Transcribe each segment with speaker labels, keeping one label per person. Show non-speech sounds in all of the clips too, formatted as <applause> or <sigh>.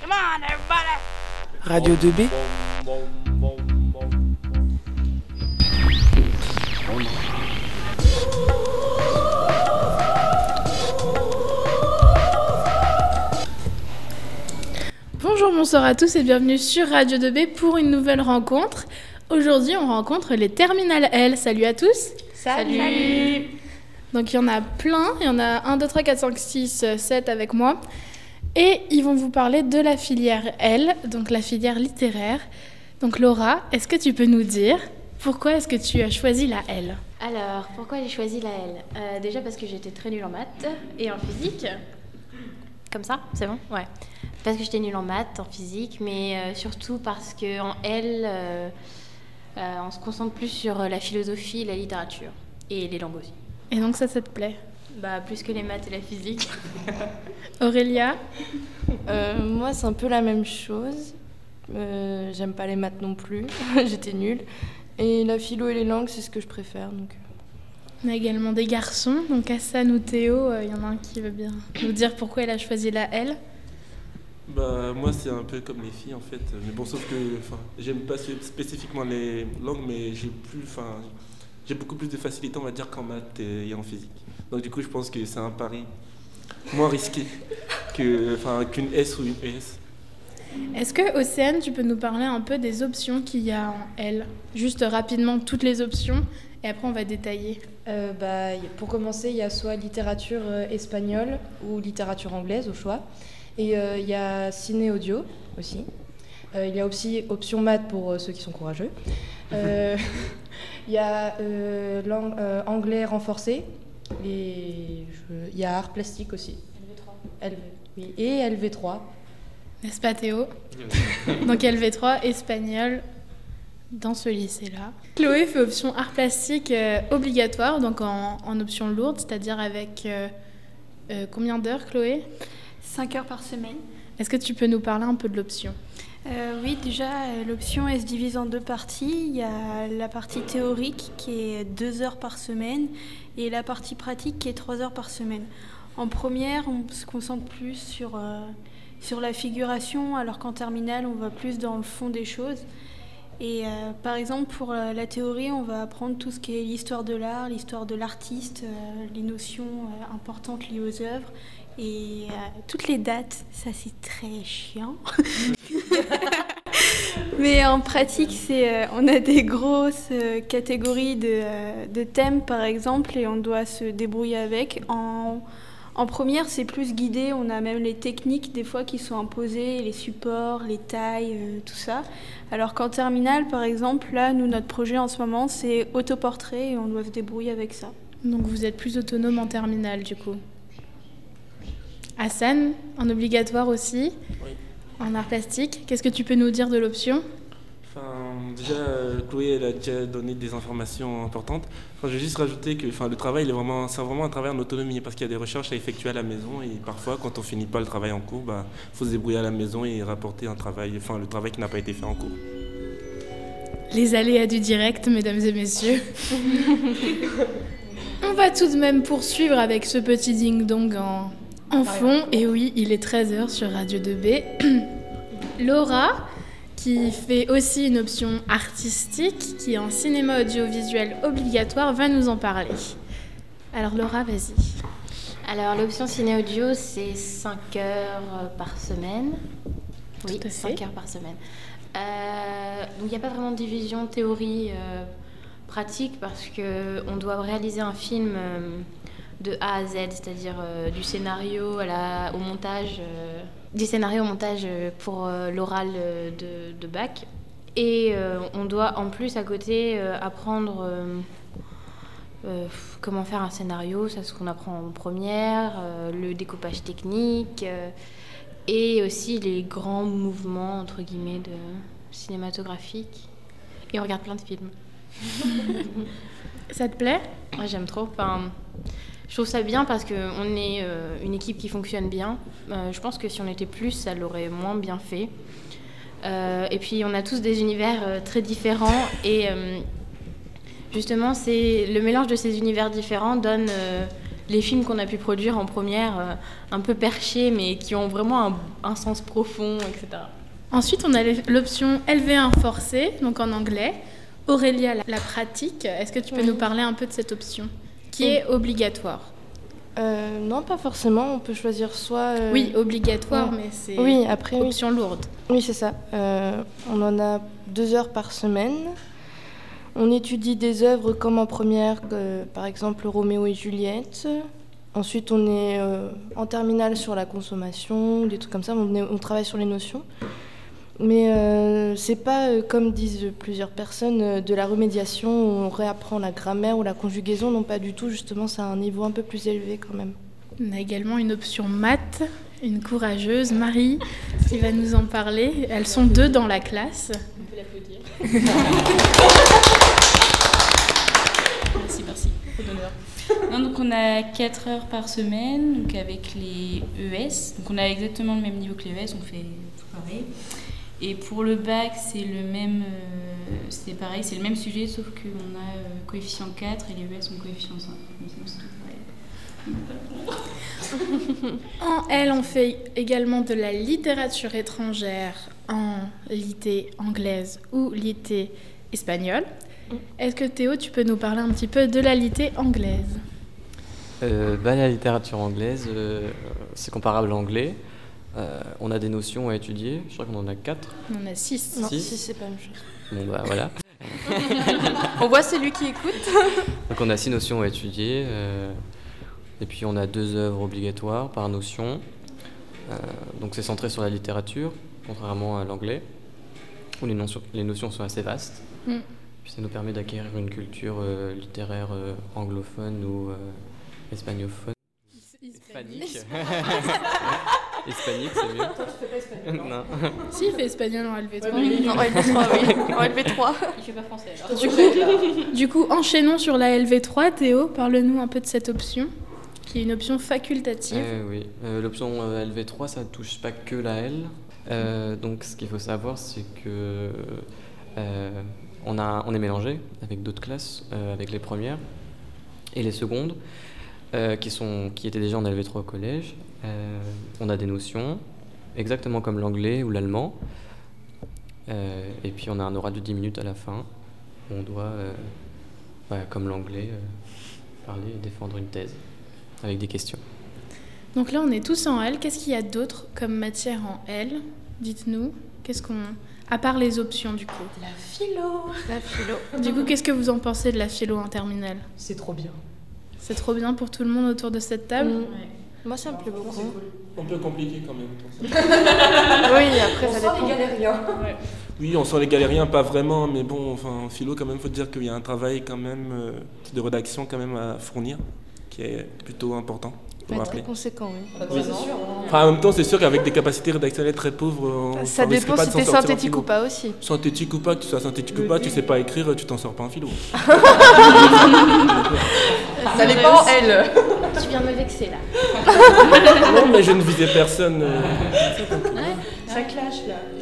Speaker 1: Come on, everybody.
Speaker 2: Radio 2B,
Speaker 3: Bonjour, bonsoir à tous et bienvenue sur Radio 2B pour une nouvelle rencontre. Aujourd'hui, on rencontre les Terminal L. Salut à tous.
Speaker 1: Salut.
Speaker 3: Donc, il y en a plein. Il y en a 1, 2, 3, 4, 5, 6, 7 avec moi. Et ils vont vous parler de la filière L, donc la filière littéraire. Donc, Laura, est-ce que tu peux nous dire pourquoi est-ce que tu as choisi la L
Speaker 4: Alors, pourquoi j'ai choisi la L Euh, Déjà parce que j'étais très nulle en maths et en physique. Comme ça C'est bon Ouais. Parce que j'étais nulle en maths, en physique, mais euh, surtout parce qu'en L, euh, euh, on se concentre plus sur euh, la philosophie, la littérature et les langues aussi.
Speaker 3: Et donc, ça, ça te plaît
Speaker 4: Bah, plus que les maths et la physique.
Speaker 3: Aurélia
Speaker 5: Euh, moi, c'est un peu la même chose. Euh, J'aime pas les maths non plus. <laughs> J'étais nulle. Et la philo et les langues, c'est ce que je préfère. Donc.
Speaker 3: On a également des garçons, donc Hassan ou Théo, euh, il y en a un qui veut bien nous dire pourquoi elle a choisi la L.
Speaker 6: Bah, moi, c'est un peu comme les filles en fait. Mais bon, sauf que enfin, j'aime pas spécifiquement les langues, mais j'ai plus. Enfin, j'ai beaucoup plus de facilité, on va dire, qu'en maths et et en physique. Donc, du coup, je pense que c'est un pari moins risqué que, enfin, qu'une S ou une ES.
Speaker 3: Est-ce que, Océane, tu peux nous parler un peu des options qu'il y a en L Juste rapidement, toutes les options, et après on va détailler.
Speaker 7: Euh, bah, y- pour commencer, il y a soit littérature euh, espagnole ou littérature anglaise, au choix. Et euh, il y a ciné audio aussi. Euh, Il y a aussi option maths pour euh, ceux qui sont courageux. Euh, Il y a euh, lang- euh, anglais renforcé. Et je- il y a art plastique aussi. LV3. oui, et LV3.
Speaker 3: N'est-ce pas, Théo Donc LV3, espagnol, dans ce lycée-là. Chloé fait option art plastique euh, obligatoire, donc en, en option lourde, c'est-à-dire avec euh, euh, combien d'heures, Chloé
Speaker 8: 5 heures par semaine.
Speaker 3: Est-ce que tu peux nous parler un peu de l'option
Speaker 8: Euh, oui, déjà, euh, l'option elle se divise en deux parties. Il y a la partie théorique qui est 2 heures par semaine et la partie pratique qui est 3 heures par semaine. En première, on se concentre plus sur, euh, sur la figuration, alors qu'en terminale, on va plus dans le fond des choses. Et euh, par exemple, pour euh, la théorie, on va apprendre tout ce qui est l'histoire de l'art, l'histoire de l'artiste, euh, les notions euh, importantes liées aux œuvres et euh, toutes les dates. Ça, c'est très chiant. Mais en pratique, c'est, euh, on a des grosses euh, catégories de, euh, de thèmes, par exemple, et on doit se débrouiller avec. En, en première, c'est plus guidé, on a même les techniques des fois qui sont imposées, les supports, les tailles, euh, tout ça. Alors qu'en terminale, par exemple, là, nous, notre projet en ce moment, c'est autoportrait et on doit se débrouiller avec ça.
Speaker 3: Donc vous êtes plus autonome en terminale du coup. Hassan, en obligatoire aussi,
Speaker 6: Oui.
Speaker 3: en art plastique. Qu'est-ce que tu peux nous dire de l'option
Speaker 6: Enfin, déjà, euh, Chloé, elle a déjà donné des informations importantes. Enfin, je vais juste rajouter que enfin, le travail, il est vraiment, c'est vraiment un travail en autonomie parce qu'il y a des recherches à effectuer à la maison et parfois, quand on finit pas le travail en cours, il faut se débrouiller à la maison et rapporter un travail, enfin, le travail qui n'a pas été fait en cours.
Speaker 3: Les aléas du direct, mesdames et messieurs. On va tout de même poursuivre avec ce petit ding-dong en, en fond. Et oui, il est 13h sur Radio 2B. <clears throat> Laura, qui fait aussi une option artistique, qui est en cinéma audiovisuel obligatoire, va nous en parler. Alors Laura, vas-y.
Speaker 4: Alors, l'option ciné audio, c'est 5 heures euh, par semaine. Oui,
Speaker 3: Tout à fait.
Speaker 4: 5 heures par semaine. Euh, donc, il n'y a pas vraiment de division théorie euh, pratique parce qu'on doit réaliser un film euh, de A à Z, c'est-à-dire euh, du scénario à la- au montage, euh, du scénario au montage euh, pour euh, l'oral euh, de, de bac. Et euh, on doit en plus à côté euh, apprendre. euh, euh, comment faire un scénario, ça c'est ce qu'on apprend en première, euh, le découpage technique euh, et aussi les grands mouvements entre guillemets de cinématographiques. Et on regarde plein de films.
Speaker 3: Ça te plaît
Speaker 4: Moi j'aime trop. Enfin, je trouve ça bien parce qu'on est euh, une équipe qui fonctionne bien. Euh, je pense que si on était plus, ça l'aurait moins bien fait. Euh, et puis on a tous des univers euh, très différents et euh, justement c'est le mélange de ces univers différents donne euh, les films qu'on a pu produire en première, euh, un peu perchés, mais qui ont vraiment un, un sens profond, etc.
Speaker 3: Ensuite, on a l'option LV1 forcé, donc en anglais. Aurélia, la, la pratique, est-ce que tu peux
Speaker 5: Oui.
Speaker 3: nous parler un peu de cette option qui
Speaker 5: Oui.
Speaker 3: est obligatoire
Speaker 5: Euh, non, pas forcément. On peut choisir soit. euh,
Speaker 3: Oui, obligatoire,
Speaker 5: ouais.
Speaker 3: mais c'est
Speaker 5: Oui, après, oui.
Speaker 3: option lourde.
Speaker 5: Oui, c'est ça. Euh, on en a deux heures par semaine. On étudie des œuvres comme en première, euh, par exemple Roméo et Juliette. Ensuite, on est euh, en terminale sur la consommation, des trucs comme ça. On, est- on travaille sur les notions. Mais euh, c'est pas, euh, comme disent plusieurs personnes, euh, de la remédiation où on réapprend la grammaire ou la conjugaison. Non, pas du tout. Justement, c'est un niveau un peu plus élevé quand même.
Speaker 3: On a également une option maths, une courageuse, Marie, qui va nous en parler. Elles sont deux dans la classe.
Speaker 1: Merci, merci. Trop d'honneur. Non, donc on a 4 heures par semaine, donc avec les ES. Donc on a exactement le même niveau que les ES, on fait tout pareil. Et pour le bac, c'est le même, euh, c'est pareil, c'est le même sujet, sauf qu'on a euh, coefficient 4 et les ES ont coefficient 5. Donc c'est tout pareil.
Speaker 3: En L, on fait également de la littérature étrangère en lité anglaise ou lité espagnole.
Speaker 5: Mm.
Speaker 3: Est-ce que Théo, tu peux nous parler un petit peu de la lité anglaise
Speaker 2: Euh, bah, la littérature anglaise, euh, c'est comparable à l'anglais. Euh, on a des notions à étudier. Je crois qu'on en a quatre.
Speaker 3: On en a six.
Speaker 5: Non,
Speaker 2: Si.
Speaker 5: si c'est pas la même chose.
Speaker 2: Bon, bah voilà.
Speaker 5: <laughs> On voit celui qui écoute.
Speaker 2: <laughs> Donc on a six notions à étudier. euh, et puis on a deux œuvres obligatoires par notion. Euh, donc c'est centré sur la littérature, contrairement à l'anglais, où les notions, les notions sont assez vastes.
Speaker 3: Mm.
Speaker 2: Puis ça nous permet d'acquérir une culture euh, littéraire euh, anglophone ou euh, espagnophone. Hispanique. <laughs> Hispanique, c'est mieux. <laughs> Non.
Speaker 3: Si, il fait espagnol en LV3.
Speaker 5: Non, en LV3,
Speaker 3: <laughs>
Speaker 5: oui. En LV3.
Speaker 1: Il fait pas français alors.
Speaker 3: Du coup, du coup, enchaînons sur la LV3. Théo, parle-nous un peu de cette option, qui est une option facultative.
Speaker 2: Eh oui, Euh, l'option euh, LV3, ça ne touche pas que la L. Euh, donc, ce qu'il faut savoir, c'est que euh, on, a, on est mélangé avec d'autres classes, euh, avec les premières et les secondes, euh, qui, sont, qui étaient déjà en LV3 au collège. Euh, on a des notions, exactement comme l'anglais ou l'allemand. Euh, et puis, on a un oral de 10 minutes à la fin. où On doit, euh, bah, comme l'anglais, euh, parler et défendre une thèse avec des questions.
Speaker 3: Donc là, on est tous en L. Qu'est-ce qu'il y a d'autre comme matière en L Dites-nous. Qu'est-ce qu'on. À part les options, du coup.
Speaker 4: La philo
Speaker 5: La philo.
Speaker 3: Du coup, qu'est-ce que vous en pensez de la philo en terminale
Speaker 7: C'est trop bien.
Speaker 3: C'est trop bien pour tout le monde autour de cette table
Speaker 5: Mm. Moi, ça me plaît beaucoup.
Speaker 6: Un peu compliqué quand même.
Speaker 5: Oui, après, ça dépend.
Speaker 6: <laughs> Oui, on sent les galériens, pas vraiment, mais bon, enfin, en philo, quand même, faut dire qu'il y a un travail quand même euh, de rédaction quand même à fournir, qui est plutôt important. faut
Speaker 5: Ouais,
Speaker 6: rappeler.
Speaker 5: très conséquent, oui.
Speaker 6: Oui.
Speaker 5: hein.
Speaker 6: Enfin, en même temps, c'est sûr qu'avec des capacités rédactionnelles très pauvres, on-
Speaker 5: Ça
Speaker 6: on risque
Speaker 5: dépend
Speaker 6: pas
Speaker 5: si
Speaker 6: de
Speaker 5: t'es
Speaker 6: s'en sortir en
Speaker 5: synthétique
Speaker 6: philo.
Speaker 5: ou pas aussi.
Speaker 6: Synthétique ou pas, que tu sois synthétique ou pas, tu sais pas écrire, tu t'en sors pas en
Speaker 5: <laughs>
Speaker 6: philo. Ah
Speaker 7: Ça dépend, elle.
Speaker 4: Tu viens me vexer là.
Speaker 6: non, mais je ne visais personne. euh,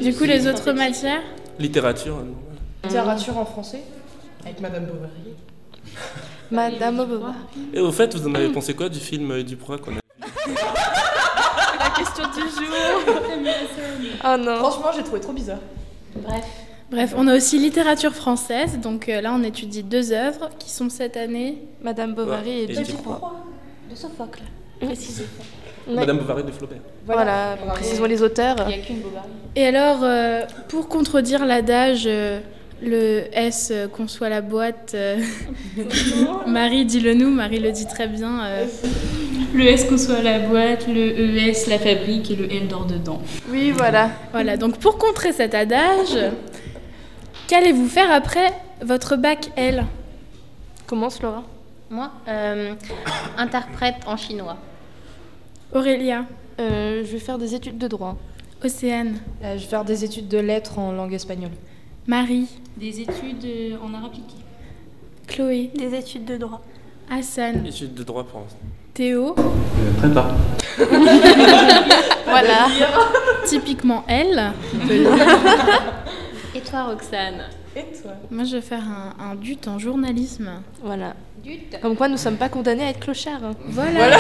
Speaker 3: Du coup, les autres matières
Speaker 6: littérature. non.
Speaker 7: Littérature en français Avec Madame Bovary.
Speaker 5: Madame Obama.
Speaker 6: Et au fait, vous en avez pensé quoi du film euh, Duproy qu'on a
Speaker 5: La question du jour. oh non.
Speaker 7: Franchement, j'ai trouvé trop bizarre.
Speaker 3: Bref, on a aussi littérature française. Donc euh, là, on étudie deux œuvres qui sont cette année.
Speaker 5: Madame Bovary
Speaker 6: Ouais,
Speaker 5: et
Speaker 6: et
Speaker 5: Petit
Speaker 6: Ducroix.
Speaker 5: Croix.
Speaker 4: De Sophocle.
Speaker 5: Ouais.
Speaker 6: Madame Bovary de Flaubert.
Speaker 5: Voilà, précisons les auteurs.
Speaker 1: Il n'y a qu'une Bovary.
Speaker 3: Et alors, euh, pour contredire l'adage, euh, le S euh, conçoit la boîte. euh, <laughs> Marie, dis-le nous. Marie le dit très bien. euh,
Speaker 1: Le S qu'on soit à la boîte, le ES la fabrique et le L dort dedans.
Speaker 5: Oui, voilà.
Speaker 3: Voilà, donc pour contrer cet adage, qu'allez-vous faire après votre bac L
Speaker 5: Commence Laura.
Speaker 4: Moi, euh, interprète en chinois.
Speaker 3: Aurélia,
Speaker 5: Euh, je vais faire des études de droit.
Speaker 3: Océane,
Speaker 7: Euh, je vais faire des études de lettres en langue espagnole.
Speaker 3: Marie,
Speaker 1: Des études euh, en art appliqué.
Speaker 3: Chloé,
Speaker 8: Des études de droit.
Speaker 3: Hassan,
Speaker 6: Études de droit pour l'instant.
Speaker 3: Théo,
Speaker 9: Euh,
Speaker 2: prépa.
Speaker 5: Voilà.
Speaker 3: typiquement L. <laughs>
Speaker 4: Et toi, Roxane
Speaker 9: Et toi
Speaker 3: Moi, je vais faire un, un DUT en journalisme.
Speaker 5: Voilà. Comme quoi, nous sommes pas condamnés à être clochards. hein.
Speaker 3: Voilà.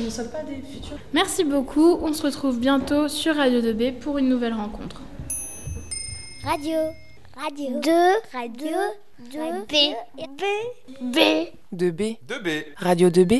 Speaker 9: Nous ne sommes pas des futurs.
Speaker 3: Merci beaucoup. On se retrouve bientôt sur Radio 2B pour une nouvelle rencontre.
Speaker 1: Radio. Radio. De. Radio. De. B. B. B.
Speaker 7: De B.
Speaker 9: De B.
Speaker 7: Radio 2B.